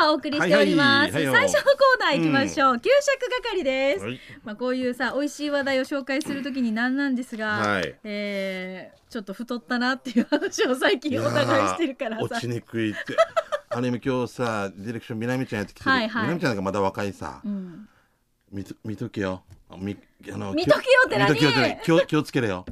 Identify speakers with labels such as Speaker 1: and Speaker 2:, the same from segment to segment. Speaker 1: ーお送りしております、
Speaker 2: はいはいはいよ
Speaker 1: 最初のコーナー行きましょう、給食係です、
Speaker 2: はい
Speaker 1: まあこういうさ美味しい話題を紹介するときになんなんですが、
Speaker 2: はい
Speaker 1: えーちょっと太ったなっていう話を最近お互いしてるから
Speaker 2: いやー
Speaker 1: さ
Speaker 2: 落ちにく いってあれも今日さディレクションみなみちゃんやってきてる、
Speaker 1: はいはい
Speaker 2: みなみちゃんなんかまだ若いさ
Speaker 1: うん、
Speaker 2: 見と見とけよあみあの
Speaker 1: 見とけよって何
Speaker 2: 見とけよって何気を気をつけ れよ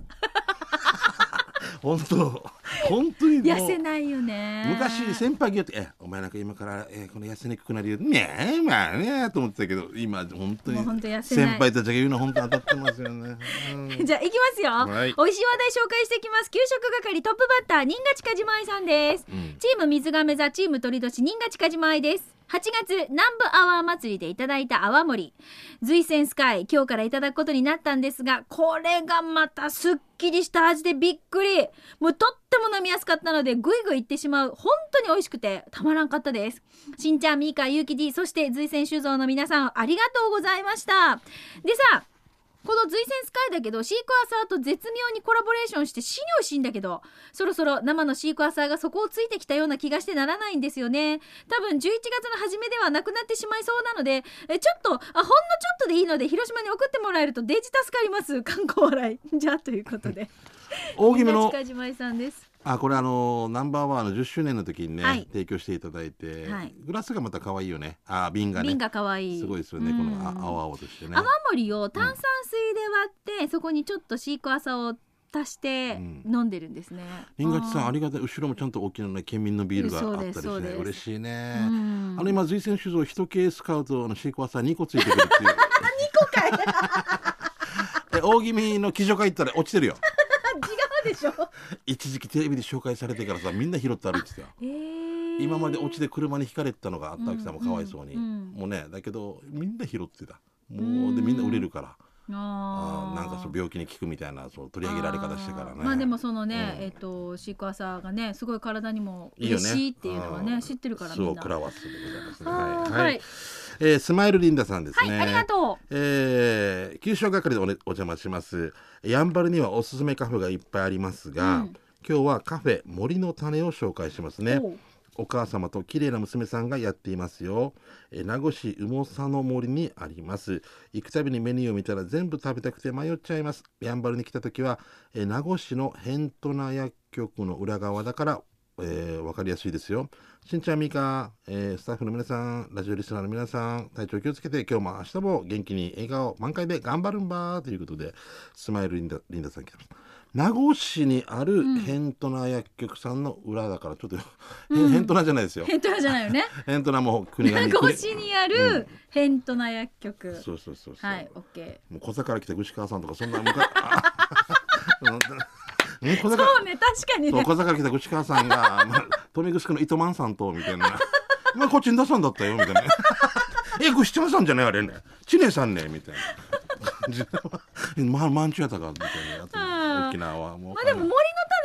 Speaker 2: 本当本当にもう
Speaker 1: 痩せないよね
Speaker 2: 昔先輩業って「えお前なんか今から、えこの痩せにくくなるよ」ねえまあねえと思ってたけど今本当に
Speaker 1: もう本当痩せない
Speaker 2: 先輩たちが言うの本当当たってますよ ね、うん
Speaker 1: じゃあ行きますよ、
Speaker 2: はい
Speaker 1: 美味しい話題紹介していきます給食係トップバッター新賀近島愛さんです、
Speaker 2: うん
Speaker 1: チーム水亀座チーム鳥年新賀近島愛です8月南部アワー祭りでいただいた泡盛随戦スカイ今日からいただくことになったんですがこれがまたすっきりした味でびっくりもうとっても飲みやすかったのでぐいぐいいってしまう本当に美味しくてたまらんかったですしんちゃんみーかゆうき D そして随戦酒造の皆さんありがとうございましたでさこの随戦スカイだけどシークワーサーと絶妙にコラボレーションして死に惜しいんだけどそろそろ生のシークワーサーがそこをついてきたような気がしてならないんですよね多分11月の初めではなくなってしまいそうなのでえちょっとあほんのちょっとでいいので広島に送ってもらえるとデジ助かります観光笑いじゃあということで
Speaker 2: 大気味の
Speaker 1: 近島井さんです
Speaker 2: あこれあのナンバーワンの10周年の時にね、
Speaker 1: はい
Speaker 2: 提供していただいて、
Speaker 1: はい
Speaker 2: グラスがまた可愛いよねあ瓶がね
Speaker 1: 瓶が可愛い
Speaker 2: すごいですよね
Speaker 1: うん
Speaker 2: このあ青々としてね
Speaker 1: 泡盛を炭酸水で割って、そこにちょっとシークワーサーを足して
Speaker 2: うん
Speaker 1: 飲んでるんですね、
Speaker 2: 銀河地さん
Speaker 1: あ
Speaker 2: あ
Speaker 1: ー
Speaker 2: りがたい後ろもちゃんと大きなね県民のビールがあったりして
Speaker 1: そうですそうです
Speaker 2: 嬉しいね、
Speaker 1: うん
Speaker 2: あの今随戦酒造一ケース買うとあのシークワーサー2個ついてくる っていう2個か よ大気味の記事書いたら落ちてるよ
Speaker 1: 違うでしょ
Speaker 2: 一時期テレビで紹介されてからさみんな拾って歩いてたよ
Speaker 1: えー
Speaker 2: 今まで落ちて車にひかれてたのがあったわけさんもかわいそうに、
Speaker 1: うんうん
Speaker 2: もうねだけどみんな拾ってた
Speaker 1: う
Speaker 2: も
Speaker 1: ん
Speaker 2: うでみんな売れるから
Speaker 1: あ
Speaker 2: あー
Speaker 1: ー
Speaker 2: なんかその病気に効くみたいなその取り上げられ方してから
Speaker 1: あ
Speaker 2: ね
Speaker 1: ーまあでもそのね、
Speaker 2: うん
Speaker 1: えっ、とシークワーサーがねすごい体にも
Speaker 2: いいよ
Speaker 1: 嬉
Speaker 2: ね
Speaker 1: しいっていうのはね
Speaker 2: うん
Speaker 1: 知ってるからみ
Speaker 2: そ
Speaker 1: ん
Speaker 2: う
Speaker 1: な
Speaker 2: クラワッスでございますね
Speaker 1: あー
Speaker 2: はい、は
Speaker 1: はい
Speaker 2: いえースマイルリンダさんです
Speaker 1: はい、
Speaker 2: ね、
Speaker 1: ありがとう
Speaker 2: えー、給食係でお,、ね、お邪魔しますやんばるにはおすすめカフェがいっぱいありますが、
Speaker 1: うん
Speaker 2: 今日はカフェ森の種を紹介しますね
Speaker 1: おう
Speaker 2: お母様と綺麗な娘さんがやっていますよえー名護市羽毛佐の森にあります行くたびにメニューを見たら全部食べたくて迷っちゃいますやんばるに来た時はえー名護市のヘントナ薬局の裏側だからえー、わかりやすいですよ。しんちゃんみーか、えースタッフの皆さん、ラジオリスナーの皆さん、体調気をつけて、今日も明日も元気に笑顔満開で頑張るんばーということで、スマイルリンダリンダさん来てます。名護市にあるヘントナ薬局さんの裏だから、ちょっと、へんヘントナじゃないですよ。
Speaker 1: ヘントラじゃないよね
Speaker 2: ヘントナも 国が
Speaker 1: 名
Speaker 2: 見
Speaker 1: 護市にあるヘントナ薬局、
Speaker 2: そうそうそうそう。
Speaker 1: はいオッケ
Speaker 2: もう小坂から来た牛川さんとかそんな昔 あうんね小
Speaker 1: ー
Speaker 2: 坂
Speaker 1: そうね確かに
Speaker 2: そう
Speaker 1: ね
Speaker 2: 小坂から来た牛川さんが、まあ、富城区の糸満さんとみたいな「まあこっちに出さんだったよ」みたいな 「えぐしちまさんじゃないあれね知念さんね」みたいな「まあ満中やったか」みたいな
Speaker 1: あー
Speaker 2: やつ沖縄はもう
Speaker 1: まあでも森の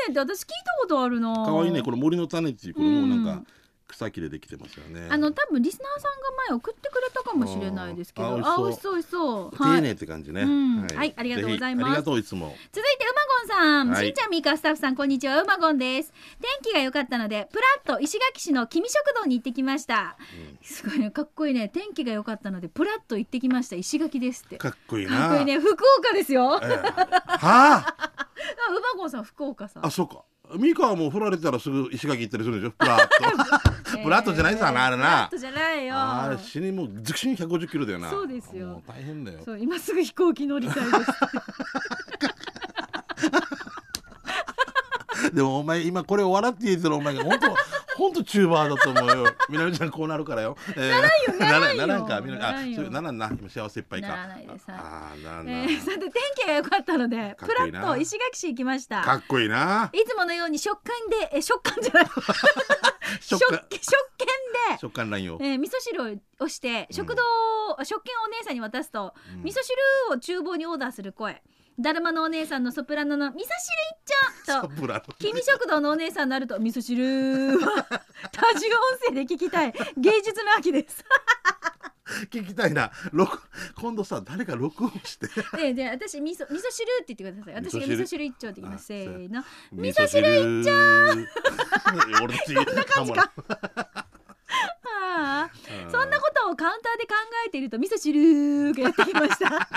Speaker 1: 種って私聞いたことあるな
Speaker 2: かわいいねこれ森の種っていうこれもうなん
Speaker 1: う
Speaker 2: か
Speaker 1: ん
Speaker 2: 草木でできてますよね
Speaker 1: あの多分リスナーさんが前送ってくれたかもしれないですけど
Speaker 2: あー
Speaker 1: あー美
Speaker 2: あ美
Speaker 1: 味
Speaker 2: 味
Speaker 1: し
Speaker 2: し
Speaker 1: そう美味しそうは
Speaker 2: 丁
Speaker 1: い
Speaker 2: 寧って感じね、
Speaker 1: うんはいありがとうございます
Speaker 2: ぜひありがとういつも
Speaker 1: 続いてうまごんさん、
Speaker 2: はい
Speaker 1: しんちゃんみーかスタッフさんこんにちはうまごんです天気が良かったのでプラッと石垣市の君食堂に行ってきました、すごいねかっこいいね天気が良かったのでプラッと行ってきました石垣ですってか
Speaker 2: かっこいいな
Speaker 1: っこいいね福岡ですようま
Speaker 2: ええはあ
Speaker 1: ごんさん福岡さん
Speaker 2: あ、そうか。ミカはもう振られたらすぐ石垣行ったりするんでしょプラ ッと。プラッとじゃないさ、あれ
Speaker 1: プラ
Speaker 2: な
Speaker 1: ッと。じゃないよ
Speaker 2: あれ死にもうずくしん150キロだよな。
Speaker 1: そうですよ
Speaker 2: もう大変だよ。
Speaker 1: そう今すぐ飛行機乗りたいです
Speaker 2: でもお前今これを笑って言ってたらお前が本当本当チューバーだと思うよ。みなみちゃんこうなるからよ。えーなら
Speaker 1: よ
Speaker 2: ん
Speaker 1: ならんよ
Speaker 2: ならんか。みなみ
Speaker 1: なら
Speaker 2: あ
Speaker 1: ん、よ
Speaker 2: そういうならんな。今幸せいっぱいか。
Speaker 1: ならないですはい
Speaker 2: あ あ、ならん
Speaker 1: え
Speaker 2: な。
Speaker 1: ーさて天気が良かったので
Speaker 2: かっ
Speaker 1: プ
Speaker 2: こ
Speaker 1: ラ
Speaker 2: いいな
Speaker 1: ッと石垣市行きました
Speaker 2: かっこいいな。
Speaker 1: いつものように食感でえ食感じゃ ない食
Speaker 2: 食
Speaker 1: 食券
Speaker 2: 感
Speaker 1: で
Speaker 2: 食感乱用。
Speaker 1: えー味噌汁をして食堂、を食券をお姉さんに渡すと、
Speaker 2: うん
Speaker 1: 味噌汁を厨房にオーダーする声だるまのお姉さんのソプラノの「味噌汁いっちゃう!」と
Speaker 2: ブラ
Speaker 1: 君食堂のお姉さんになると味噌汁は多重音声で聞きたい芸術の秋 です。
Speaker 2: 聞きたいな。録今度さ誰か録音 して。
Speaker 1: でで私味噌味噌汁って言ってください。私が味
Speaker 2: 味噌汁
Speaker 1: 噌汁一丁で言います。せーの。
Speaker 2: 味噌汁いっちゃう。俺たち。こんな感じ
Speaker 1: ああ汁と味噌汁がやってきました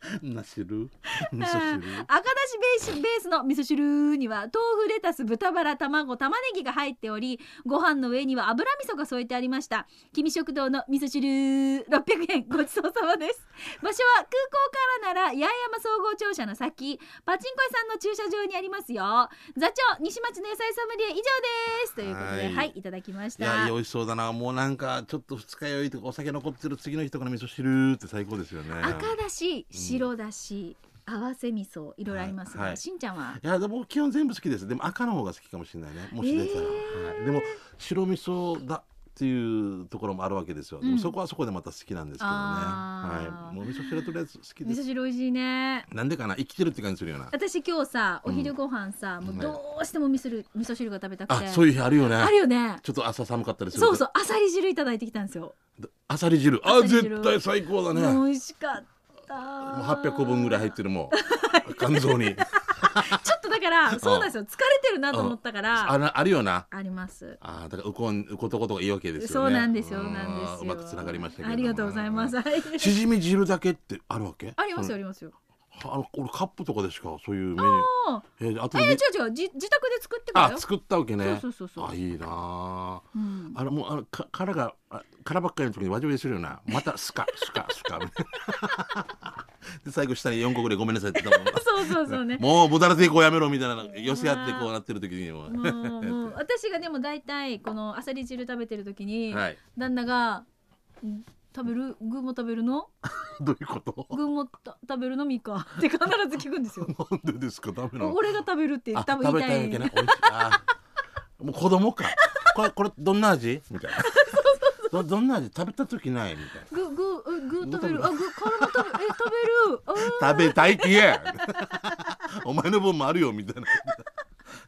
Speaker 1: 赤
Speaker 2: なしる味噌汁
Speaker 1: だしベースベースの味噌汁には豆腐レタス豚バラ卵玉ねぎが入っておりご飯の上には油味噌が添えてありました君食堂の味噌汁600円ごちそうさまです場所は空港からなら八重山総合庁舎の先パチンコ屋さんの駐車場にありますよ座長西町の野菜ソムリエ以上ですということで
Speaker 2: は
Speaker 1: はいい、い、ただきまし
Speaker 2: い
Speaker 1: た
Speaker 2: や美味しそうだなもうなんかちょっと二日酔いとかお酒残ってる次の日とかの味噌汁って最高ですよね
Speaker 1: 赤だし白だし、合わせ味噌いろいろありますが、
Speaker 2: はいはい
Speaker 1: しんちゃんはい
Speaker 2: やでも基本全部好きですでも赤の方が好きかもしれないねもし出たら、
Speaker 1: え
Speaker 2: はい、でも白味噌だっていうところもあるわけですよ、で
Speaker 1: う
Speaker 2: も
Speaker 1: ん
Speaker 2: そこはそこでまた好きなんですけどね
Speaker 1: あー
Speaker 2: はいもう味噌汁はとりあえず好きで
Speaker 1: 味噌
Speaker 2: す
Speaker 1: 汁美味しいね
Speaker 2: なんでかな生きてるって感じするよな
Speaker 1: 私今日さお昼ご飯さ、
Speaker 2: ん
Speaker 1: もうどうしても味噌汁味噌汁が食べたくて
Speaker 2: あそういう日あるよね
Speaker 1: あるよね
Speaker 2: ちょっと朝寒かったりすると
Speaker 1: そうそうあさり汁いただいてきたんですよ、
Speaker 2: あさり汁
Speaker 1: あ
Speaker 2: あ
Speaker 1: さり汁
Speaker 2: 絶対最高だね
Speaker 1: も
Speaker 2: も
Speaker 1: う
Speaker 2: う
Speaker 1: 美味しかったも
Speaker 2: 800個分ぐらい入ってるも う肝臓に
Speaker 1: ちょっとだからそうなんですよ疲れてるなと思ったから
Speaker 2: あなあるよな
Speaker 1: あります
Speaker 2: あーだからうこんうことことがいいわけですよね
Speaker 1: そうなんですよ
Speaker 2: う
Speaker 1: そうなんですよ
Speaker 2: うまくつながりましたけども
Speaker 1: ありがとうございますはい
Speaker 2: しじみ汁だけってあるわけ
Speaker 1: ありますよあ
Speaker 2: その
Speaker 1: りますよ
Speaker 2: あの俺カップとかでしかそういうメニュ
Speaker 1: もう
Speaker 2: ーえーあと
Speaker 1: あ
Speaker 2: で
Speaker 1: いや違う違うじ自宅で作ってくれ
Speaker 2: あ
Speaker 1: よ
Speaker 2: 作ったわけね
Speaker 1: そうそうそうそう
Speaker 2: あいいなあ
Speaker 1: うん
Speaker 2: あのもうあのか殻があ殻ばっかりの時にわじわじするよなまたスカ スカスカで最後下に4個ぐらいごめんなさいって言ったも
Speaker 1: そ
Speaker 2: ん
Speaker 1: うそうそうね
Speaker 2: もうボタルテこうやめろみたいな寄せ合ってこうなってる時に
Speaker 1: も
Speaker 2: も
Speaker 1: うもう私がでも大体このあさり汁食べてる時に、
Speaker 2: はい
Speaker 1: 旦那がん「食べる具も食べるの
Speaker 2: どういうこと
Speaker 1: 具もた食べるのみか」って必ず聞くんですよ。
Speaker 2: なんでですかダメなの
Speaker 1: 俺が食べるって
Speaker 2: あ
Speaker 1: 多分言いたい
Speaker 2: 食べたいわけね美味しいあーもう子供かこれこれどんな味み たいなどどんな味食べた時ないみた
Speaker 1: 具具え具食べる
Speaker 2: 具
Speaker 1: あ具殻も食べえ食べる
Speaker 2: いな食べたいって言え お前の分もあるよみたいな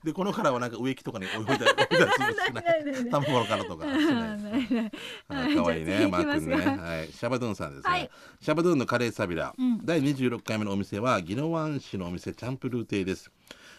Speaker 2: でこの殻はなんか植木とかに置いたり置いたりするし ない
Speaker 1: ないないない
Speaker 2: 卵の殻とか
Speaker 1: あ
Speaker 2: し
Speaker 1: ー
Speaker 2: ない
Speaker 1: ないない
Speaker 2: あー可愛い
Speaker 1: じゃあ
Speaker 2: ね
Speaker 1: 次
Speaker 2: マ
Speaker 1: 行きま
Speaker 2: ー
Speaker 1: す
Speaker 2: 君
Speaker 1: が
Speaker 2: ねはいシャバドゥンさんですね、
Speaker 1: はい
Speaker 2: シャバドゥンのカレーサビラ、
Speaker 1: うん
Speaker 2: 第26回目のお店は宜野湾市のお店チャンプルー亭です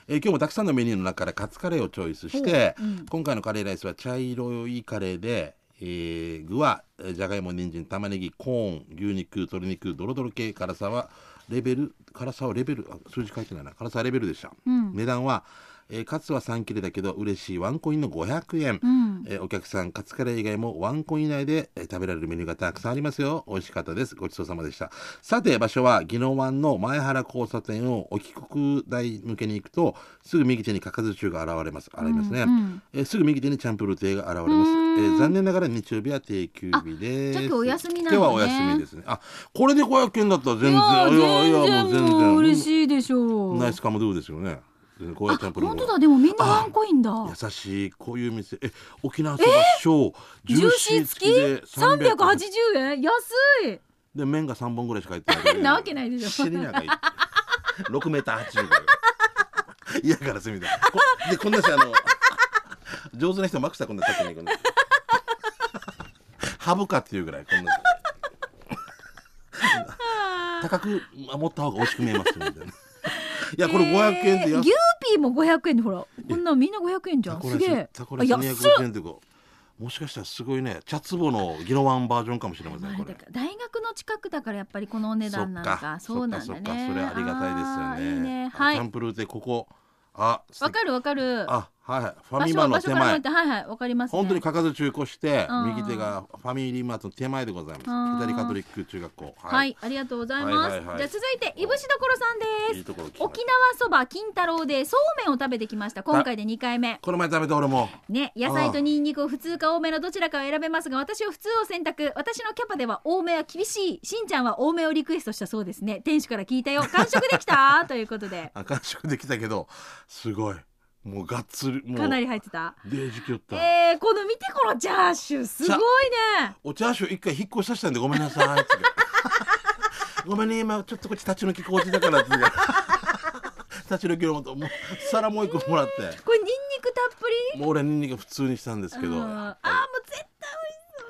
Speaker 2: えー今日もたくさんのメニューの中からカツカレーをチョイスして、
Speaker 1: ほううん
Speaker 2: 今回のカレーライスは茶色いカレーで、えー具はえーじゃがいも人参玉ねぎコーン牛肉鶏肉ドロドロ系辛さはレベル辛さはレベルあ数字書いてないな辛さはレベルでした、
Speaker 1: うん
Speaker 2: 値段は、えーカツは3切れだけど嬉しいワンコインの500円、
Speaker 1: うん
Speaker 2: えーお客さんカツカレー以外もワンコイン以内で、えー食べられるメニューがたくさんありますよ美味しかったですごちそうさまでしたさて場所は宜野湾の前原交差点を沖国大向けに行くとすぐ右手にかかず中が現れます現れますね、
Speaker 1: うんうん
Speaker 2: えーすぐ右手にチャンプルー亭が現れます、えー残念ながら日曜日は定休日で
Speaker 1: じ
Speaker 2: す
Speaker 1: ゃあ今日お休みなのね
Speaker 2: 今日はお休みですねあこれで500円だったら全然
Speaker 1: いや
Speaker 2: い
Speaker 1: 全
Speaker 2: やいや
Speaker 1: 然もう嬉
Speaker 2: い
Speaker 1: しいでしょう
Speaker 2: ナイスカムドゥですよね全然こういう
Speaker 1: あ
Speaker 2: チャンプルー
Speaker 1: 本
Speaker 2: の
Speaker 1: 当
Speaker 2: 方
Speaker 1: だ
Speaker 2: が
Speaker 1: でもみんなワンコインだ
Speaker 2: 優しいこういう店え沖縄そば小、
Speaker 1: ジューシー付き380
Speaker 2: 380
Speaker 1: 円安い
Speaker 2: で麺が3本ぐらいしか入ってな い
Speaker 1: なわけないでしょ
Speaker 2: 死に長い6メーター80ぐらい嫌からすみたいこでこんなしあの上手な人マックスはこんな先に行くのハブかっていうぐらいこんな高く持った方が美味しく見えますみたいないやこれ500円で
Speaker 1: えー
Speaker 2: 安
Speaker 1: 牛ピーも500円でほらこんなんみんな500円じゃ
Speaker 2: タ
Speaker 1: ん
Speaker 2: コ
Speaker 1: す
Speaker 2: ラ
Speaker 1: げ
Speaker 2: イ
Speaker 1: え
Speaker 2: スタコライス
Speaker 1: あ安っ
Speaker 2: 250円というかもしかしたらすごいね茶壺のギロワンバージョンかもしれませ
Speaker 1: まあ
Speaker 2: ん
Speaker 1: あ
Speaker 2: こ
Speaker 1: れ
Speaker 2: れ
Speaker 1: だから大学の近くだからやっぱりこのお値段なの
Speaker 2: そ
Speaker 1: か
Speaker 2: っか
Speaker 1: そうなんだ
Speaker 2: そ
Speaker 1: ね
Speaker 2: っかそっかそれありがたいですよね
Speaker 1: あーいいね
Speaker 2: あ
Speaker 1: はい
Speaker 2: チャンプルーってここあ素
Speaker 1: わ
Speaker 2: 敵
Speaker 1: かるわかる
Speaker 2: あはいはいファ
Speaker 1: 場
Speaker 2: ミ
Speaker 1: 所
Speaker 2: マの
Speaker 1: 場所
Speaker 2: 手
Speaker 1: から
Speaker 2: 前
Speaker 1: 見てはいはいわかりますね
Speaker 2: 本当にかかず中古して
Speaker 1: うん
Speaker 2: 右手がファミリーマートの手前でござい
Speaker 1: うん
Speaker 2: ます左カトリック中学校
Speaker 1: はい、ありがとうございます、
Speaker 2: はいはいはい
Speaker 1: じゃあ続いていぶしどころさんです
Speaker 2: いいところ聞きました
Speaker 1: 沖縄そば金太郎でそうめんを食べてきました今回で2回目
Speaker 2: この前食べた俺も
Speaker 1: ね、野菜とニンニクを普通か多めのどちらかを選べますが私は普通を選択私のキャパでは多めは厳しいしんちゃんは多めをリクエストしたそうですね店主から聞いたよ完食でき たということで
Speaker 2: あ完食できたけどすごいもうがっつりもう
Speaker 1: かなり入ってた
Speaker 2: デージキョった、
Speaker 1: えー、この見てこのチャーシューすごいね
Speaker 2: おチャーシュー一回引っ越しさせたんでごめんなさいっつってごめんね今ちょっとこっち立ち退き工事だからっつって立ち退きのもともう皿もう一個もらって
Speaker 1: これニンニクたっぷり
Speaker 2: もう俺ニンニク普通にしたんですけど
Speaker 1: うん
Speaker 2: や
Speaker 1: あ
Speaker 2: っ
Speaker 1: ー
Speaker 2: ぱ
Speaker 1: も
Speaker 2: り
Speaker 1: う絶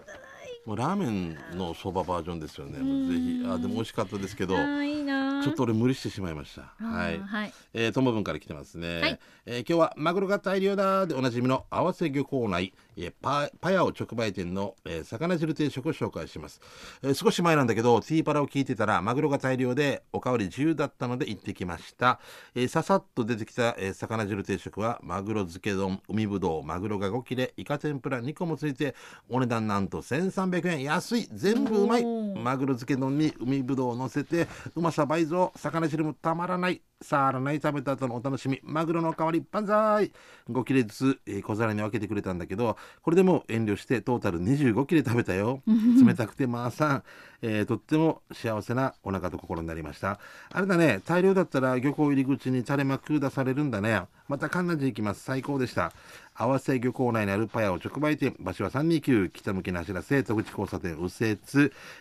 Speaker 1: 対
Speaker 2: もうラーメンのそばバージョンですよねもうぜひあでも美味しかったですけど
Speaker 1: 美味しいあーいいな
Speaker 2: ちょっと俺無理してしまいました
Speaker 1: あー
Speaker 2: はい
Speaker 1: はい、
Speaker 2: えー、トンボ文から来てますね、
Speaker 1: はい
Speaker 2: えー今日はマグロが大量だでおなじみの合わせ漁港内、えーパパヤオ直売店の、えー魚汁定食を紹介します、えー少し前なんだけどティーパラを聞いてたらマグロが大量でおかわり自由だったので行ってきました、えーささっと出てきた、えー魚汁定食はマグロ漬け丼海ぶどうマグロが5切れイカ天ぷら2個もついてお値段なんと1300円安い全部うまい
Speaker 1: おー
Speaker 2: マグロ漬け丼に海ぶどうを乗せてうまさ倍増魚汁もたまらないさあらない食べた後のお楽しみマグロの代わり万歳5切れずつ、えー小皿に分けてくれたんだけどこれでもう遠慮してトータル25切れ食べたよ冷たくてまあさん、えーとっても幸せなお腹と心になりましたあれだね大量だったら漁港入り口に垂れ幕出されるんだねまた観覧寺行きます最高でした合わせ漁港内にあるパヤを直売店場所は329北向きの走らせ戸口交差点右折、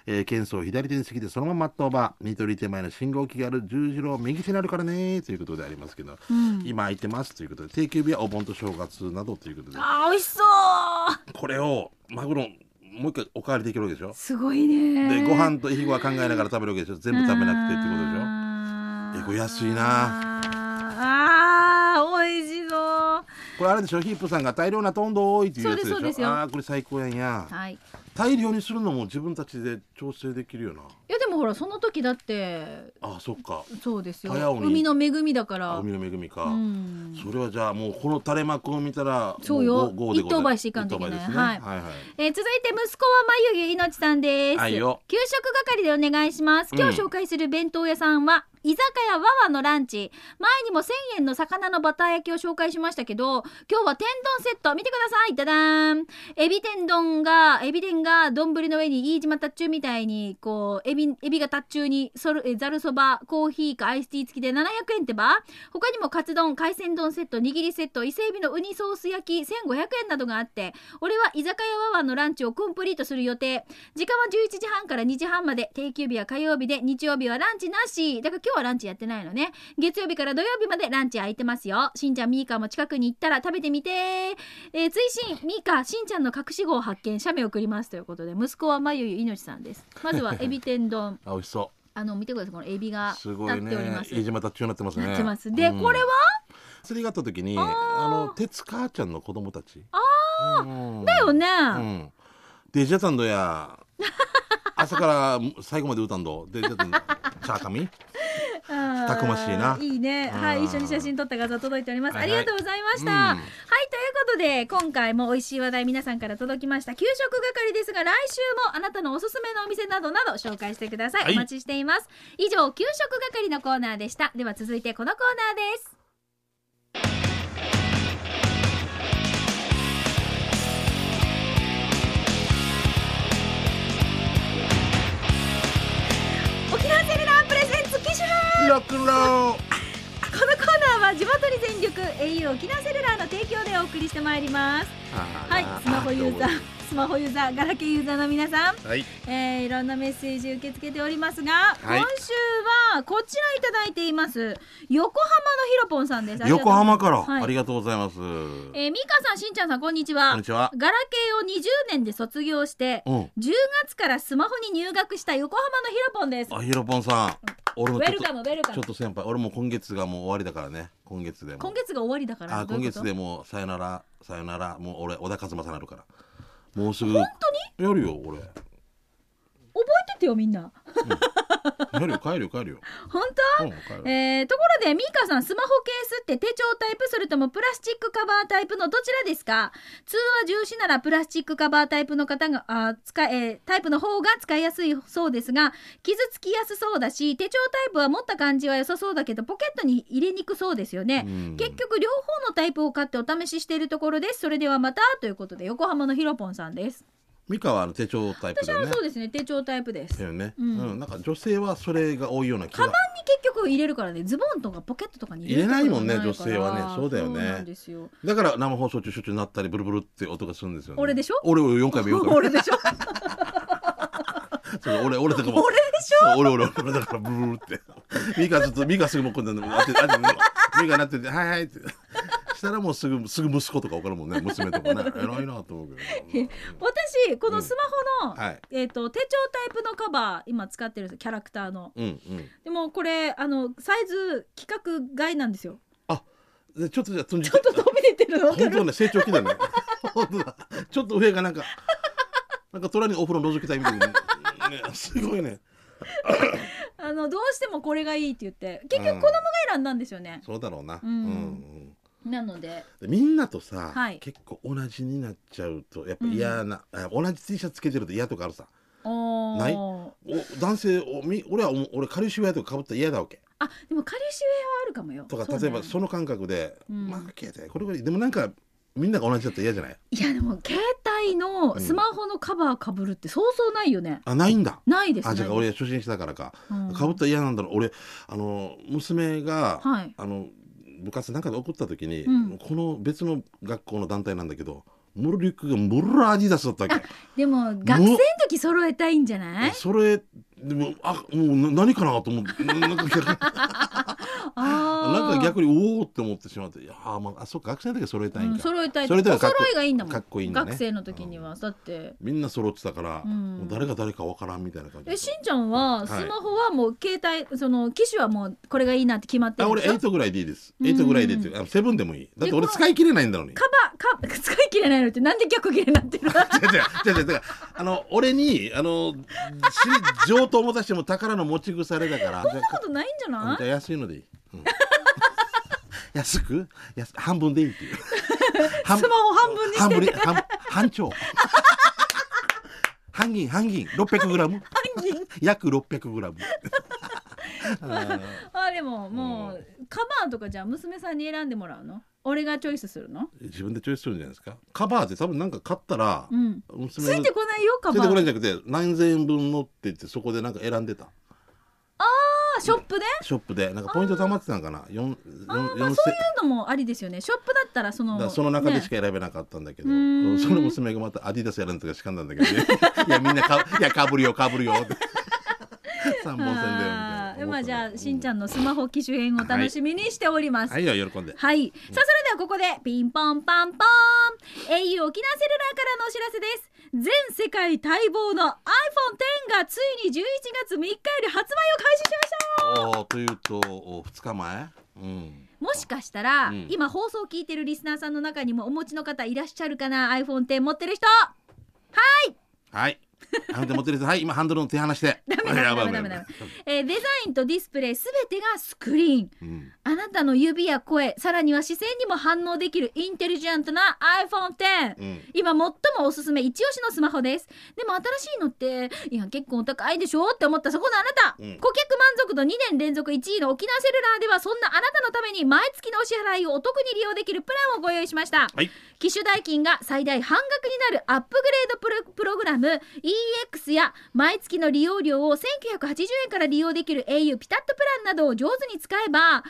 Speaker 2: えー、県を左手に過ぎてそのまま真っバーニトリ手前の信号機がある十字路を右手になるからねということでありますけど、今空いてますということで定休日はお盆と正月などということで
Speaker 1: あー美味しそう
Speaker 2: これをマグロもう一回おかわりできるわけでしょ
Speaker 1: すごいね
Speaker 2: でご飯とひごは考えながら食べるわけでしょ全部食べなくてってことでしょ
Speaker 1: あー
Speaker 2: えこれ安いな
Speaker 1: あー美味しそう
Speaker 2: これあれでしょヒープさんが大量なトンドーいっていうやつでし
Speaker 1: そうですそうです
Speaker 2: ょ
Speaker 1: よ
Speaker 2: ああこれ最高やんや
Speaker 1: はいい
Speaker 2: 大量にするのも自分たちで調整できるよな
Speaker 1: やでもほらその時だって
Speaker 2: ああそっか
Speaker 1: そうですよ
Speaker 2: 早尾
Speaker 1: 海
Speaker 2: に
Speaker 1: の恵みだから
Speaker 2: あ海の恵みか、
Speaker 1: うん
Speaker 2: それはじゃあもうこの垂れ幕を見たら
Speaker 1: そうよ
Speaker 2: もゴーゴーで
Speaker 1: 一
Speaker 2: ござ
Speaker 1: 等倍していかんといけない
Speaker 2: 一等倍ですね
Speaker 1: はい
Speaker 2: はいはい
Speaker 1: えー続いて息子は眉毛いのちさんです、
Speaker 2: はいよ
Speaker 1: 給食係でお願いします今日紹介する弁当屋さんは、居酒屋わわのランチ前にも1000円の魚のバター焼きを紹介しましたけど今日は天丼セット見てくださいダダーンエビ天丼がエビ天が丼の上に飯島タッチューみたいにこうエビエビがタッチューにそるえざるそばコーヒーかアイスティー付きで700円ってば他にもカツ丼海鮮丼セット握りセット伊勢エビのウニソース焼き1500円などがあって俺は居酒屋ワワのランチをコンプリートする予定時間は11時半から2時半まで定休日は火曜日で日曜日はランチなしだから今日はランチやってないのね月曜日から土曜日までランチ空いてますよしんちゃんみーかも近くに行ったら食べてみてえー追伸みーかしんちゃんの隠し子を発見写メ送りますということで息子はまゆゆいのちさんですまずはエビ天丼
Speaker 2: あ美味しそ
Speaker 1: あの見てくださいこのエビが
Speaker 2: う
Speaker 1: 立
Speaker 2: す
Speaker 1: っ
Speaker 2: ごい
Speaker 1: ており
Speaker 2: ね
Speaker 1: ます
Speaker 2: 飯島達中になってますね
Speaker 1: なってますで、これは
Speaker 2: 釣りがあった時にあの鉄母ちゃんの子供たちああ、うん
Speaker 1: だよね、
Speaker 2: うん、デジャタン ドや朝から最後まで歌うんどデジャタンドチャーカミ
Speaker 1: あー
Speaker 2: たくましいない
Speaker 1: いね。
Speaker 2: うん
Speaker 1: はい、一緒に写真撮った画像届いております。
Speaker 2: はいはい
Speaker 1: ありがとうございました。
Speaker 2: うん
Speaker 1: はい、ということで、今回も美味しい話題皆さんから届きました。給食係ですが、来週もあなたのおすすめのお店などなど紹介してください。
Speaker 2: はい
Speaker 1: お待ちしています。以上、給食係のコーナーでした。では続いてこのコーナーです。沖縄セルラープレゼンツ機種編
Speaker 2: ロックンロー
Speaker 1: このコーナーは地元に全力 au 沖縄セルラーの提供でお送りしてまいりますはいスマホユーザースマホユーザーガラケーユーザーの皆さん、
Speaker 2: ーはい
Speaker 1: えーいろんなメッセージ受け付けておりますが、
Speaker 2: はい
Speaker 1: 今週はこちらいただいています横浜のひろぽんさんですありがとう
Speaker 2: 横浜から、
Speaker 1: はい
Speaker 2: ありがとうございます、
Speaker 1: えー、ミカさんしんちゃんさんこんにちは
Speaker 2: こんにちは
Speaker 1: ガラケーを20年で卒業して
Speaker 2: うん
Speaker 1: 10月からスマホに入学した横浜のひろぽんです
Speaker 2: あひろぽんさん俺
Speaker 1: ウ
Speaker 2: もち
Speaker 1: ェ
Speaker 2: ょっ
Speaker 1: ル
Speaker 2: と
Speaker 1: カムウェルカ
Speaker 2: ち
Speaker 1: ム
Speaker 2: ょっと先輩俺もう今月がもう終わりだからね今月でも
Speaker 1: 今月が終わりだから
Speaker 2: あ
Speaker 1: どう
Speaker 2: 今
Speaker 1: いうこと
Speaker 2: 月でもうさよならさよならもう俺小田和正なるからもうす ぐ本当にやるよ俺や
Speaker 1: 覚えててよみんな
Speaker 2: るよ帰るよ帰る よ、
Speaker 1: 本当
Speaker 2: うん、帰るよ
Speaker 1: えー、ところでミーカさんスマホケースって手帳タイプそれともプラスチックカバータイプのどちらですか通話重視ならプラスチックカバータイプの方があー使えータイプの方が使いやすいそうですが傷つきやすそうだし手帳タイプは持った感じは良さそうだけどポケットに入れにくそうですよね、
Speaker 2: うん
Speaker 1: 結局両方のタイプを買ってお試ししているところですそれではまたということで横浜のひろぽんさんです
Speaker 2: 美香はあの手帳タイプ
Speaker 1: 私
Speaker 2: だよ
Speaker 1: は
Speaker 2: ね
Speaker 1: そうですね手帳タイプです
Speaker 2: だよね、
Speaker 1: う
Speaker 2: うんんなんか女性はそれが多いような気
Speaker 1: カバン
Speaker 2: が
Speaker 1: に結局入れるからねズボンとかポケットとかに
Speaker 2: 入れないもんね
Speaker 1: 入れたこと
Speaker 2: 女性は
Speaker 1: な
Speaker 2: ね
Speaker 1: いから
Speaker 2: そうだよね
Speaker 1: そうなんですよ
Speaker 2: だから生放送中しょっちゅう鳴ったりブルブルって音がするんですよ、ね、
Speaker 1: 俺でしょ
Speaker 2: 俺俺4回目4回目
Speaker 1: 俺でし ょ
Speaker 2: そう俺俺だからもう
Speaker 1: 俺でし
Speaker 2: そう俺俺俺だからブルブルってミカちょっとミカすぐもうこんなの当て当てミカなっててはいはいってしたらもうすぐすぐ息子とか分かるもんね娘とかね偉いなと思うけど
Speaker 1: 私このスマホの、
Speaker 2: はい
Speaker 1: えー、と手帳タイプのカバー今使ってるんですよキャラクターの
Speaker 2: うんうん
Speaker 1: でもこれあのサイズ規格外なんですよ
Speaker 2: でちょっとじゃあ飛んじ
Speaker 1: ちょっと飛び出てるの分か
Speaker 2: 本
Speaker 1: る
Speaker 2: 当ね成長期だね本当だちょっと上がなんかなんか虎にお風呂覗きたいみたいなねねすごいね
Speaker 1: あのどうしてもこれがいいって言って結
Speaker 2: うん
Speaker 1: 局子供が選んだんですよね、
Speaker 2: そうだろうな、
Speaker 1: うん
Speaker 2: ん
Speaker 1: なので
Speaker 2: でみんなとさ、
Speaker 1: はい
Speaker 2: 結構同じになっちゃうとやっぱ嫌な、あ同じ T シャツ着けてると嫌とかあるさ
Speaker 1: おー
Speaker 2: ないお男性おみ俺はお俺カルシウェアとか被ったら嫌だわけ
Speaker 1: あでもカリシウェアはあるかもよ
Speaker 2: とか、
Speaker 1: そうね
Speaker 2: 例えばその感覚で、
Speaker 1: うん
Speaker 2: まあ携帯これぐらいでもなんかみんなが同じだったら嫌じゃない
Speaker 1: いやでも携帯のスマホのカバーかぶるってそうそうないよね、
Speaker 2: あないんだ
Speaker 1: ないですね
Speaker 2: あじゃあ俺初心者だからか
Speaker 1: うん
Speaker 2: 被ったら嫌なんだろう俺あの娘が、
Speaker 1: はい
Speaker 2: あの部活なんかで送った時に、
Speaker 1: うん
Speaker 2: この別の学校の団体なんだけどモルリュックがモルラアディダスだったわけ
Speaker 1: でも学生の時揃 えたいんじゃない
Speaker 2: それでもあもうな何かなと思ってなんか逆に
Speaker 1: あー
Speaker 2: なんか逆におおって思ってしまっていやー、まあ、あそうか学生の時は揃えたいん
Speaker 1: う
Speaker 2: か、
Speaker 1: ん、揃えたい
Speaker 2: それでは
Speaker 1: お
Speaker 2: かっこ
Speaker 1: 揃いがいいんだもん
Speaker 2: かっこいいんだね
Speaker 1: 学生の時には、だって
Speaker 2: みんな揃ってたから、
Speaker 1: うん
Speaker 2: もう誰が誰かわからんみたいな感じ
Speaker 1: えしんちゃんはスマホはもう携帯、その機種はもうこれがいいなって決まって
Speaker 2: あ
Speaker 1: るん
Speaker 2: 俺
Speaker 1: でしょ
Speaker 2: 8ぐらいでいいです
Speaker 1: うん
Speaker 2: 8ぐらいでっていうあの7でもいいだって俺
Speaker 1: でこの
Speaker 2: 使い切れないんだ のに
Speaker 1: カバーか使い切れないのってなんで逆切れになってる
Speaker 2: 違う違う違う違うだからあの俺にあのし上等持たしても宝の持ち腐れだからじゃ
Speaker 1: ことないんじゃ
Speaker 2: あ
Speaker 1: ない
Speaker 2: じゃあ安いのでいい、うん 安く安半分でいい っていう半
Speaker 1: スマホ半分に
Speaker 2: 半
Speaker 1: して
Speaker 2: 分で半半丁 半銀半銀 600g
Speaker 1: 半銀
Speaker 2: 約 600g あ
Speaker 1: あでももうカバーとかじゃあ娘さんに選んでもらうの俺がチョイスするの
Speaker 2: ー自分でチョイスするんじゃないですかカバーって多分なんか買ったら、
Speaker 1: うんつ
Speaker 2: 娘の
Speaker 1: いてこないよカ
Speaker 2: つい
Speaker 1: バ
Speaker 2: てこない
Speaker 1: ー
Speaker 2: んじゃなくて何千円分のって言ってそこでなんか選んでた
Speaker 1: あショップで
Speaker 2: ショップでなんかポイント貯まってたんかな四
Speaker 1: あー
Speaker 2: 四
Speaker 1: まあ
Speaker 2: 四
Speaker 1: そう
Speaker 2: 千
Speaker 1: いうのもありですよねショップだったらそ
Speaker 2: だ
Speaker 1: の
Speaker 2: からその中でし
Speaker 1: ね
Speaker 2: か選べなかったんだけど、
Speaker 1: うーん
Speaker 2: その娘がまたアディダスやるんとかしかんだんだけど ねいやみんなかいやかぶるよかぶるよって三本線だよみたい
Speaker 1: あ
Speaker 2: な
Speaker 1: ーまあじゃあしんちゃ
Speaker 2: ん
Speaker 1: んのスマホ機種編を楽しみにしております。
Speaker 2: は
Speaker 1: はい
Speaker 2: いよ喜んで
Speaker 1: さあそれではここでピンポンパンポーン au 沖縄セルラーからのお知らせです全世界待望の iPhone X がついに11月3日より発売を開始しました
Speaker 2: おーというとお二日前うん
Speaker 1: もしかしたら、
Speaker 2: うん
Speaker 1: 今放送を聞いてるリスナーさんの中にもお持ちの方いらっしゃるかな iPhone X 持ってる人
Speaker 2: はいハンドル持ってる人はい今ハンドルの手離して
Speaker 1: ダメダメダメダメダメ、えーデザインとディスプレイすべてがスクリーン
Speaker 2: うん
Speaker 1: あなたの指や声、さらには視線にも反応できるインテリジェントな iPhone X。
Speaker 2: うん
Speaker 1: 今最もおすすめ一押しのスマホです。でも新しいのって、いや結構お高いでしょって思ったそこのあなた、
Speaker 2: うん
Speaker 1: 顧客満足度2年連続1位の沖縄セルラーではそんなあなたのために毎月のお支払いをお得に利用できるプランをご用意しました。
Speaker 2: はい
Speaker 1: 機種代金が最大半額になるアップグレードプロプログラム EX や毎月の利用料を1980円から利用できる au ピタッとプランなどを上手に使えば iPhone X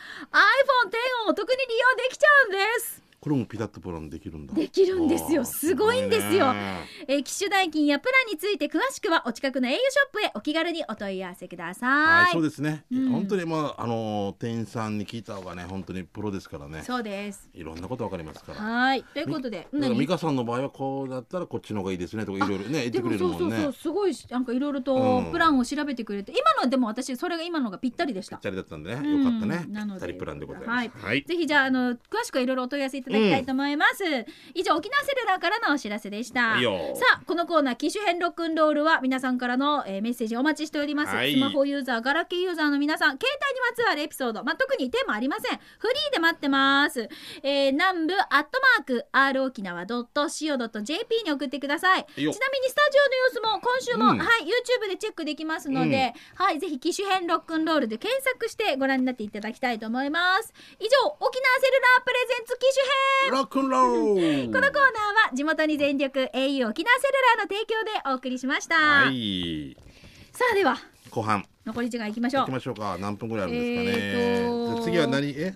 Speaker 1: をお得に利用できちゃうんです
Speaker 2: これもピタッとプランできるんだ
Speaker 1: できるんですよ
Speaker 2: おー
Speaker 1: すごいんですよ
Speaker 2: ごいね
Speaker 1: えー機種代金やプランについて詳しくはお近くの au ショップへお気軽にお問い合わせください
Speaker 2: はい、そうですね、
Speaker 1: うん
Speaker 2: 本当にまああのー店員さんに聞いた方がね本当にプロですからね
Speaker 1: そうです
Speaker 2: いろんなことわかりますから。
Speaker 1: はいということで
Speaker 2: だから
Speaker 1: 何
Speaker 2: 美香さんの場合はこうだったらこっちの方がいいですねとかいろいろね言って
Speaker 1: で
Speaker 2: く
Speaker 1: も
Speaker 2: れる
Speaker 1: そう
Speaker 2: も
Speaker 1: そ
Speaker 2: ん
Speaker 1: う
Speaker 2: ね。
Speaker 1: そう、
Speaker 2: ぴ
Speaker 1: すごいなんかいろいろ
Speaker 2: う
Speaker 1: と
Speaker 2: ん
Speaker 1: プランを調べてくれて、今のでも私それが今のがぴったりでした
Speaker 2: ったりだったんで
Speaker 1: う
Speaker 2: ね、
Speaker 1: ん
Speaker 2: よかったね。
Speaker 1: なの
Speaker 2: ぴ
Speaker 1: で
Speaker 2: ったりプランでございます。はい。
Speaker 1: ぜひじゃああの詳しくはいろいろお問い合わせいただきたいと思います、以上沖縄セルラーからのお知らせでした
Speaker 2: い
Speaker 1: さ
Speaker 2: いよ
Speaker 1: あこのコーナー機種編ロックンロールは皆さんからの、えーメッセージお待ちしております、
Speaker 2: はい
Speaker 1: スマホユーザーガラケーユーザーの皆さん携帯にまつわるエピソード、まあ、特にテーマありませんフリーで待ってます、えー、南部アットマーク r 沖縄 .co.jp に送ってください
Speaker 2: いい
Speaker 1: ちなみ
Speaker 2: よ
Speaker 1: にスタジオの様子も今週も、
Speaker 2: うん
Speaker 1: はい YouTube でチェックできますので、はいぜひ機種編ロックンロールで検索してご覧になっていただきたいと思います以上沖縄セルラープレゼンツ機種編
Speaker 2: ロックンロール。
Speaker 1: このコーナーは地元に全力 au 沖縄セルラーの提供でお送りしました、
Speaker 2: はい。
Speaker 1: さあでは
Speaker 2: 後半
Speaker 1: 残り時間いきましょ
Speaker 2: 行
Speaker 1: う
Speaker 2: きましょうか。何分ぐらいあるんですかね。
Speaker 1: えーと
Speaker 2: じゃあ次は何え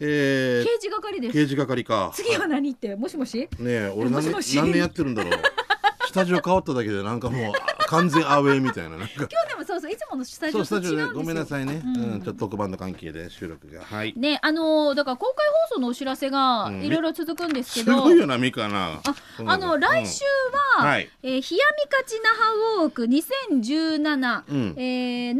Speaker 2: え
Speaker 1: 刑事係で
Speaker 2: ー、
Speaker 1: す
Speaker 2: 刑事係か。
Speaker 1: 次は何ってもしもし
Speaker 2: ねえ俺
Speaker 1: も
Speaker 2: 何
Speaker 1: し
Speaker 2: 年
Speaker 1: もし
Speaker 2: 何年やってるんだろう。スタジオ変わっただけでなんかもうあ完全アウェーみたいななんか。
Speaker 1: 今日でももそうそういつものスタジ
Speaker 2: そ
Speaker 1: オ
Speaker 2: うス
Speaker 1: と違うんですよ
Speaker 2: タジオでごめんなさいね、うん
Speaker 1: うん
Speaker 2: ちょっと特番の関係で収録がはい
Speaker 1: ねあのーだから公開放送のお知らせが
Speaker 2: うん
Speaker 1: いろいろ続くんですけ
Speaker 2: す
Speaker 1: ど、
Speaker 2: ごいよなミカな
Speaker 1: ああの来週は、
Speaker 2: はい
Speaker 1: えー冷やみ勝ち那覇ウォーク2017、
Speaker 2: うん
Speaker 1: えー南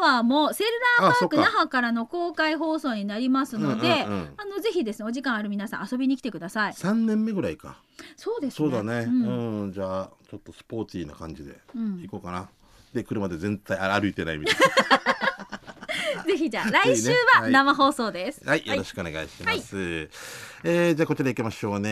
Speaker 1: 部アワーもセルラーパーク
Speaker 2: あそっ
Speaker 1: 那
Speaker 2: か
Speaker 1: 覇からの公開放送になりますので、
Speaker 2: うんうんうん
Speaker 1: あのぜひですねお時間ある皆さん遊びに来てください
Speaker 2: 3年目ぐらいか
Speaker 1: そうです
Speaker 2: そ
Speaker 1: ね
Speaker 2: うだねうんん、じゃあちょっとスポーティーな感じで
Speaker 1: うん
Speaker 2: 行こうかな、で車で全体あ歩いてないみたい
Speaker 1: ぜひじゃあ
Speaker 2: いいね
Speaker 1: 来週は
Speaker 2: はい
Speaker 1: 生放送です、
Speaker 2: なはいよろしくお願いします、えーじゃあこちら行きましょうね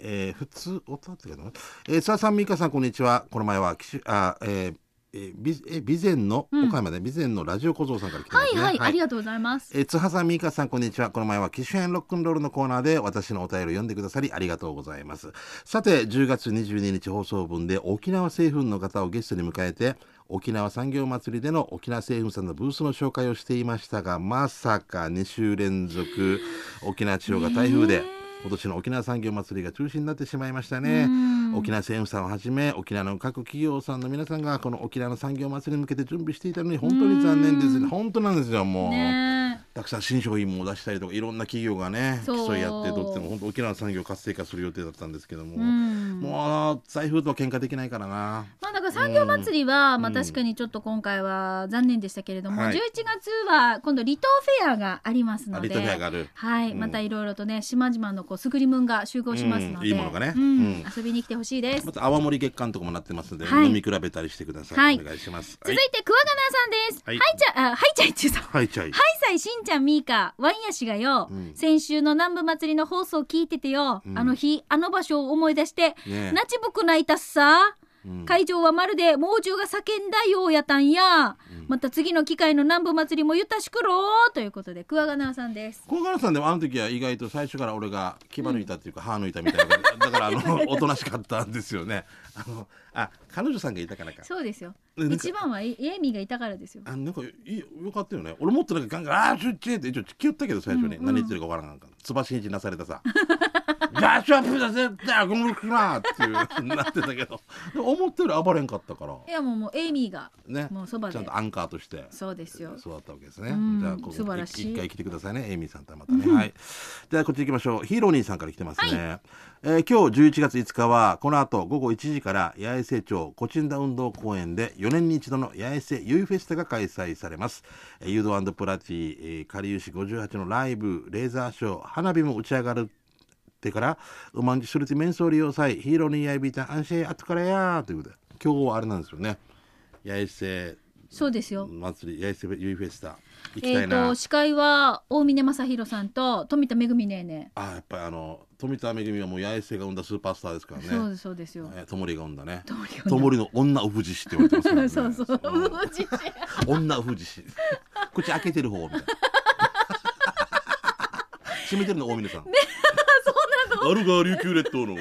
Speaker 2: えー普通音っていうかなえー、津田さん美香さんこんにちはこの前は岸あえーえー備えー備前の
Speaker 1: うん
Speaker 2: 岡山で備前のラジオ小僧さんから来てま
Speaker 1: は
Speaker 2: す
Speaker 1: い
Speaker 2: ね。
Speaker 1: はい、ありがとうございます
Speaker 2: えー、津波さん、みーかさん、こんにちは。この前は、機種編ロックンロールのコーナーで、私のお便りを読んでくださり、ありがとうございます。さて、10月22日放送分で、沖縄製粉の方をゲストに迎えて、沖縄産業祭りでの沖縄製粉さんのブースの紹介をしていましたが、まさか2週連続、沖縄地方が台風で
Speaker 1: ね、
Speaker 2: 今年の沖縄産業祭りが中止になってしまいましたね。
Speaker 1: うん
Speaker 2: 沖縄政府さんをはじめ沖縄の各企業さんの皆さんがこの沖縄の産業祭りに向けて準備していたのに本当に残念ですね本当なんですよもう、
Speaker 1: ねえ
Speaker 2: たくさん新商品も出したりとかいろんな企業がね
Speaker 1: そう
Speaker 2: 競い合ってとっても本当沖縄の産業を活性化する予定だったんですけども、
Speaker 1: うん
Speaker 2: もう財布とは喧嘩できないからな
Speaker 1: まあだから産業祭りは、
Speaker 2: ん
Speaker 1: まあ確かにちょっと今回は残念でしたけれども、
Speaker 2: はい
Speaker 1: 11月は今度離島フェアがありますの
Speaker 2: あ
Speaker 1: で
Speaker 2: リトルフェアがある
Speaker 1: はい、
Speaker 2: うん
Speaker 1: またいろいろとね島々のこうすぐりムンが集合しますので、
Speaker 2: うんいいものがね
Speaker 1: うん
Speaker 2: うん
Speaker 1: 遊びに来てほしいです、
Speaker 2: また泡盛月間とかもなってますので、
Speaker 1: はい
Speaker 2: 飲み比べたりしてください、
Speaker 1: はい
Speaker 2: お願いします
Speaker 1: 続いてクワガナーさんです
Speaker 2: は
Speaker 1: はいいちゃあはいちゃいちゅうさん
Speaker 2: はいちゃい、
Speaker 1: はいさいしんちゃんみーかワインやしがよ、
Speaker 2: うん
Speaker 1: 先週の南部祭りの放送聞いててよ、
Speaker 2: うん
Speaker 1: あの日あの場所を思い出して、
Speaker 2: ねえ
Speaker 1: なちぶく泣いたっさ
Speaker 2: うん
Speaker 1: 会場はまるで猛獣が叫んだようやたんや、また次の機会の南部祭りもゆたしくろうということでクワガナーさんです
Speaker 2: 小原さんでもあの時は意外と最初から俺が牙抜いたっていうか、歯抜いたみたいな感じだからあのおとなしかったんですよねあのあ彼女さんがいたからか
Speaker 1: そうですよ
Speaker 2: えなんか
Speaker 1: 一番はイエミーがいたからですよ
Speaker 2: あなんかいいよかったよね俺もっとなんかガンガン「あーちゅっちーって一応聞きよったけど最初に、
Speaker 1: うんうん
Speaker 2: 何言ってるかわからんかったつばしにじなされたさ 「じゃあシャープだぜだゴムクラー」っていうなってたけどでも思ったより暴れんかったから
Speaker 1: いやもうもうエイミーが
Speaker 2: ね
Speaker 1: もうそば
Speaker 2: ち
Speaker 1: で
Speaker 2: ゃんとアンカーとして
Speaker 1: そうですよ
Speaker 2: そうだったわけですね。
Speaker 1: うん
Speaker 2: じゃあここ
Speaker 1: 素晴らしい
Speaker 2: 一回来てくださいね。エイミーさんとはまたね。はい。じゃあこっち行きましょう。ヒーロー兄さんから来てますね。えー今日11月5日はこの後午後1時から八重瀬町コチンダ運動公園で4年に一度の八重瀬ゆいフェスタが開催されます。えーユードプラティ、えー、カリウシ58のライブ、レーザーショー、花火も打ち上がるってから、うまんじするて面相利用祭、ヒーローにやいびいたん、安心あとからやーということで、今日はあれなんですよね。八重瀬
Speaker 1: そうですよ
Speaker 2: 祭り八重瀬ゆいフェスタ行き
Speaker 1: え
Speaker 2: た
Speaker 1: っ、
Speaker 2: いな、
Speaker 1: と司会は大峰正弘さんと富田恵ねえね
Speaker 2: あやっぱりあの富田恵はもう八重瀬が生んだスーパースターですからね
Speaker 1: そうですそうですよ、
Speaker 2: えーともりが生んだね
Speaker 1: ともりが生んだ
Speaker 2: ともりの女うふじしって言われてます から ね
Speaker 1: そうそうそう
Speaker 2: う
Speaker 1: 無
Speaker 2: ん
Speaker 1: 知
Speaker 2: 女うふじし口開けてる方みたいな 閉めてるの大峰さんねそうなのアルガー琉球列島の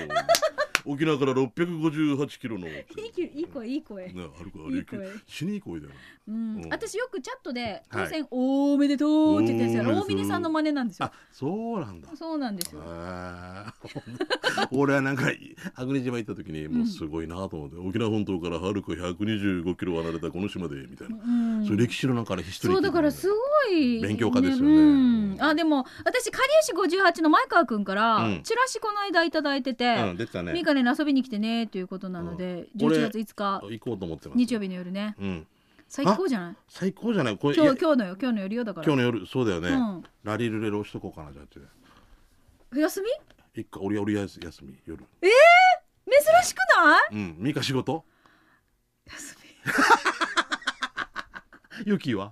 Speaker 2: 沖縄から658キロのね
Speaker 1: いいき いい声いい声、
Speaker 2: アルガー琉
Speaker 1: いい
Speaker 2: 球
Speaker 1: 声
Speaker 2: 死にいい声だよ
Speaker 1: うん
Speaker 2: うん
Speaker 1: 私よくチャットで
Speaker 2: はい
Speaker 1: 当選、おめでとうって言ってるんですよ
Speaker 2: おー
Speaker 1: 大峰さんの真似なんですよ
Speaker 2: あそうなんだ
Speaker 1: そうなんですよ
Speaker 2: あー俺はなんか粟国島行った時にもうすごいなと思って、沖縄本島からはるか125キロ離れたこの島でみたいな、
Speaker 1: うん
Speaker 2: そういう歴史の中でヒストリー
Speaker 1: そうだから
Speaker 2: 聞いて
Speaker 1: すごい
Speaker 2: 勉強家ですよね
Speaker 1: うんあでも私かりゆし58の前川くんから、
Speaker 2: うん
Speaker 1: チラシこの間いただいて
Speaker 2: みるう
Speaker 1: て
Speaker 2: ん、出て
Speaker 1: 「
Speaker 2: たね
Speaker 1: ミカネに遊びに来てね」ということなので、
Speaker 2: うん
Speaker 1: 11月5日
Speaker 2: 行こうと思ってます
Speaker 1: 日曜
Speaker 2: 日、
Speaker 1: 日の夜ね
Speaker 2: うん、
Speaker 1: 最高じゃない
Speaker 2: 最高じゃないこれ
Speaker 1: 今
Speaker 2: い
Speaker 1: 日
Speaker 2: や
Speaker 1: 今日のよ今日の夜よだから
Speaker 2: 今日の夜そうだよね、
Speaker 1: うん
Speaker 2: ラリルレロ押しとこうかなじゃあって
Speaker 1: お休み
Speaker 2: 一回俺俺やす休み夜
Speaker 1: 珍しくない
Speaker 2: うんミカ仕事
Speaker 1: 休み
Speaker 2: ユキは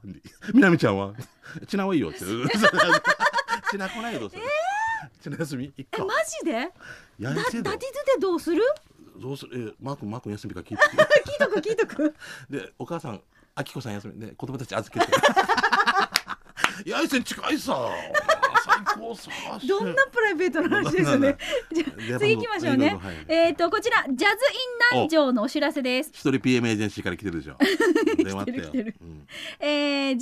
Speaker 2: みなみちゃんは ちなはいいよって ちな来ないよどうする、ちな休み一
Speaker 1: え
Speaker 2: 回
Speaker 1: マジで
Speaker 2: やり
Speaker 1: ダ
Speaker 2: せえ
Speaker 1: ダディズ
Speaker 2: だろ
Speaker 1: でどうする
Speaker 2: どうするえマー君マー君休みか聞いて
Speaker 1: 聞いとく聞いと く
Speaker 2: でお母さん あきこさん休みで子供たち預けていやあいつ近いさ最
Speaker 1: どんなプライベートな話ですね。じゃあ次行きましょうね。えっ、とこちらジャズイン南城のお知らせです。
Speaker 2: 一人 PM エージェンシーから来てる でしょ電話あった
Speaker 1: 来てる
Speaker 2: よ
Speaker 1: 来てる
Speaker 2: うん
Speaker 1: えー、11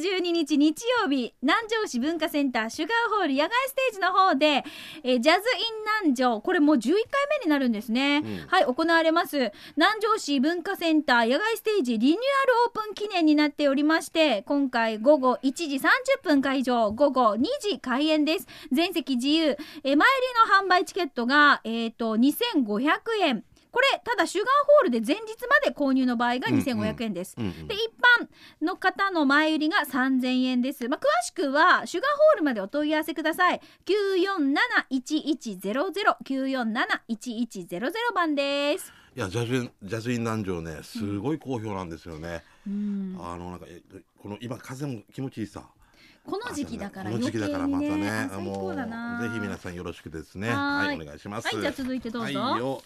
Speaker 1: 月12日日曜日南城市文化センターシュガーホール野外ステージの方で、えージャズ・イン南城これもう11回目になるんですね、
Speaker 2: うん
Speaker 1: はい行われます南城市文化センター野外ステージリニューアルオープン記念になっておりまして今回午後1時30分会場午後2時開演です全席自由、えー前売りの販売チケットが、えー、と2500円これただシュガーホールで前日まで購入の場合が2500円です、
Speaker 2: うんうん
Speaker 1: で一般の方の前売りが3000円です、まあ、詳しくはシュガーホールまでお問い合わせください947-1100 947-1100番です
Speaker 2: いやジャズインジャズイン南城ねすごい好評なんですよね、
Speaker 1: うん
Speaker 2: あのなんかえこの今風も気持ちいいさ
Speaker 1: この時期だから
Speaker 2: この
Speaker 1: 余
Speaker 2: 時
Speaker 1: 計
Speaker 2: 期だから
Speaker 1: に
Speaker 2: また
Speaker 1: ね
Speaker 2: ね
Speaker 1: あ最高だな
Speaker 2: もうぜひ皆さんよろしくですね
Speaker 1: はーい
Speaker 2: はいお願いします
Speaker 1: はいじゃあ続いてどうぞ
Speaker 2: はいよ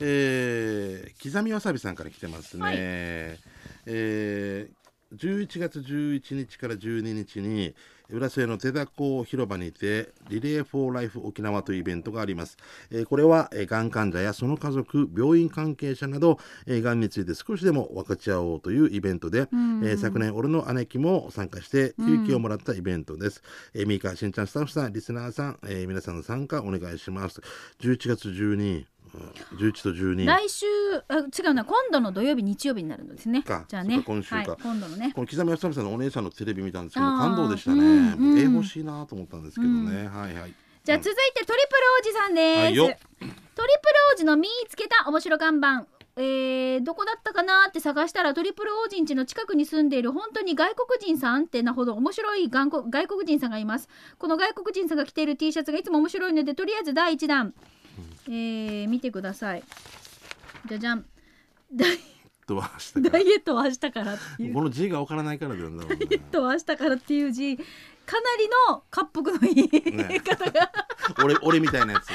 Speaker 2: えー刻みわさびさんから来てますね、
Speaker 1: はい
Speaker 2: えー11月11日から12日に浦添の手田港広場にてリレー・フォー・ライフ沖縄というイベントがあります、えーこれは、えーがん患者やその家族病院関係者など、えーがんについて少しでも分かち合おうというイベントで、
Speaker 1: ん
Speaker 2: えー昨年俺の姉貴も参加して勇気をもらったイベントです、えー、ミーカしんちゃんスタッフさんリスナーさん、えー皆さんの参加お願いします11月12うん11と12
Speaker 1: 来週あ違うな今度の土曜日日曜日になるのですね
Speaker 2: か
Speaker 1: じゃあね
Speaker 2: そっか今週か
Speaker 1: はい、今度のね
Speaker 2: この刻みやすさみさんのお姉さんのテレビ見たんですけど
Speaker 1: あー
Speaker 2: 感動でしたね、
Speaker 1: うんうん
Speaker 2: えー欲しいなと思ったんですけどね、はいはい
Speaker 1: じゃあ続いてトリプルおじさんです、
Speaker 2: はい
Speaker 1: ト
Speaker 2: よ
Speaker 1: リプルおじの見つけた面白看板えーどこだったかなって探したらトリプル王子んちの近くに住んでいる本当に外国人さんってなほど面白いがんこ外国人さんがいますこの外国人さんが着ている T シャツがいつも面白いのでとりあえず第1弾、えー見てくださいじゃじゃん ダイ
Speaker 2: とはしたか
Speaker 1: ダ
Speaker 2: ら
Speaker 1: イエットは明日からっていう
Speaker 2: この字がわからないからだよね
Speaker 1: ダイエットは明日からっていう字かなりの滑腹のいい言い方が、
Speaker 2: 俺俺みたいなや つ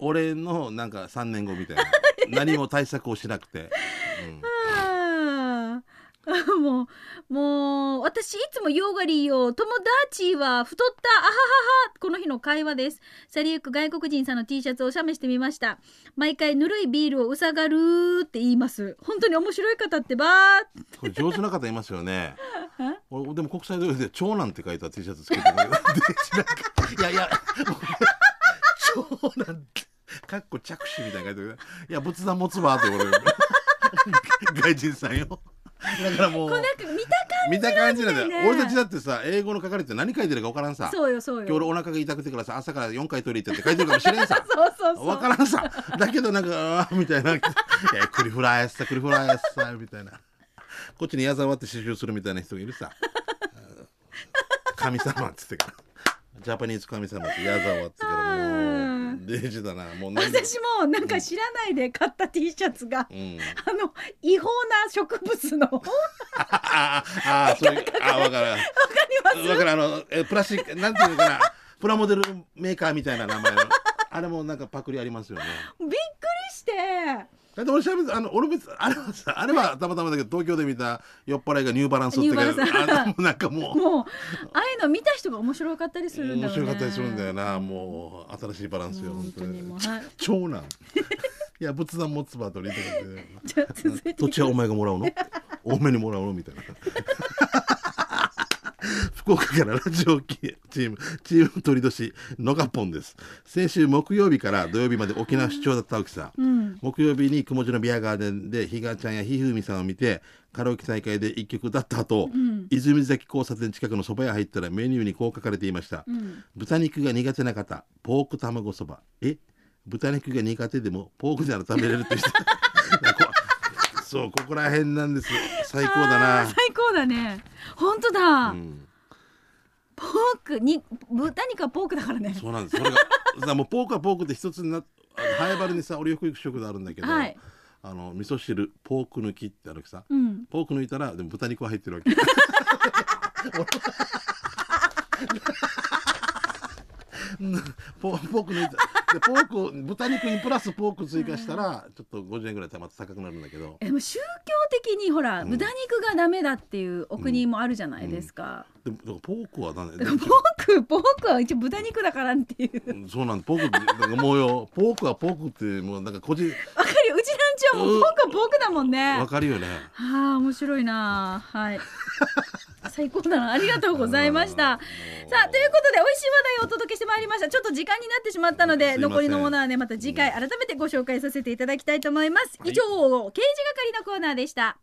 Speaker 2: 俺のなんか3年後みたいな何も対策をしなくて、うん
Speaker 1: あー もう、もう、私いつもヨーガリーよ。友達は太った、あははは。この日の会話です。去りゆく外国人さんの T シャツを写メしてみました。毎回ぬるいビールをうさがるーって言います。本当に面白い方ってばー
Speaker 2: これ上手な方いますよ ね。俺でも国際通りで長男って書いた T シャツつけ てる。でなんかいやいや、長男って。かっこ着手みたいな書いてある。いや、仏壇持つわっ て俺。外人さんよ。だからもう。
Speaker 1: なんか見たか
Speaker 2: 見た感じなんだ
Speaker 1: 感
Speaker 2: よ、
Speaker 1: じだよね
Speaker 2: 俺たちだってさ、英語の書かれて何書いてるか分からんさ。
Speaker 1: そうよ、そう
Speaker 2: 今日俺
Speaker 1: よ。
Speaker 2: お腹が痛くてからさ、朝から4回トイレ行ってって書いてるかもしれんさ。
Speaker 1: そうそうそう。
Speaker 2: わからんさ。だけどなんか、あーみたいな。いやクリフライスさ、クリフライスさ、みたいな。こっちに矢沢って刺繍するみたいな人がいるさ。神様っつってから。ジャパニーズ神様って矢沢っつってから
Speaker 1: う
Speaker 2: も
Speaker 1: ん
Speaker 2: う、デジだな。もう何でも
Speaker 1: 私もなんか知らないで買った T シャツが、
Speaker 2: うん。
Speaker 1: あの、違法な植物の、わか
Speaker 2: ああ、ああ、そういう、ああ、わかる。
Speaker 1: ります
Speaker 2: わかる、あの、えプラスチック、なんていうのかな。プラモデルメーカーみたいな名前の。あれもなんかパクリありますよね。
Speaker 1: びっくりして。
Speaker 2: だって俺しゃべあの俺別あれはさあれはたまたまだけど東京で見た酔っ払いがニューバランスをって
Speaker 1: ニューバランス
Speaker 2: あのなん かもう
Speaker 1: もうああいうの見た人が面白かったりするんだ
Speaker 2: 面
Speaker 1: ろうね
Speaker 2: 白かったりするんだよなもう新しいバランスよ
Speaker 1: もう
Speaker 2: 本
Speaker 1: 本
Speaker 2: 当
Speaker 1: 当
Speaker 2: に
Speaker 1: にもうはい
Speaker 2: 長男いや仏壇持つばとりたくて
Speaker 1: じゃあ続いて
Speaker 2: 土地はお前がもらうの多めにもらうのみたいな 福岡からラジオチームチーム鳥年のがぽんです先週木曜日から土曜日まで沖縄出張だった青木さん
Speaker 1: うん
Speaker 2: 木曜日に雲地のビアガーデンでひがちゃんやひふみさんを見てカラオケ大会で一曲歌った後、
Speaker 1: うん
Speaker 2: 泉崎交差点近くの蕎麦屋入ったらメニューにこう書かれていました、
Speaker 1: うん
Speaker 2: 豚肉が苦手な方ポーク卵そばえ豚肉が苦手でもポークなら食べれるって人 なんかこうそうここら辺なんです最高だ
Speaker 1: あー
Speaker 2: な
Speaker 1: 最高だね本当だ、
Speaker 2: うん、
Speaker 1: ポークに豚肉はポークだからね
Speaker 2: そうなんですそれがさもうポークはポークで一つになあのハイバルにさ俺よく行く食堂あるんだけど、
Speaker 1: はい
Speaker 2: あの味噌汁ポーク抜きってあるさ、
Speaker 1: うん
Speaker 2: ポーク抜いたらでも豚肉は入ってるわけ ポポーク抜いたでポークを豚肉にプラスポーク追加したらちょっと50円ぐらいたまって高くなるんだけど
Speaker 1: えもう宗教的にほら、
Speaker 2: うん
Speaker 1: 豚肉がダメだっていうお国もあるじゃないですか、
Speaker 2: でもだからポークは何
Speaker 1: だからポークポークは一応豚肉だからっていう わか
Speaker 2: そうなんだポークってなんかもうよポークはポークってもうなんか個人
Speaker 1: るうちなんちはもうポークはポークだもんね
Speaker 2: わかるよね
Speaker 1: はあ面白いなあはい最高だなありがとうございましたさあということで美味しい話題をお届けしてまいりましたちょっと時間になってしまったの
Speaker 2: す
Speaker 1: で
Speaker 2: いません
Speaker 1: 残りのものはねまた次回改めてご紹介させていただきたいと思います、
Speaker 2: はい
Speaker 1: 以上刑事係のコーナーでした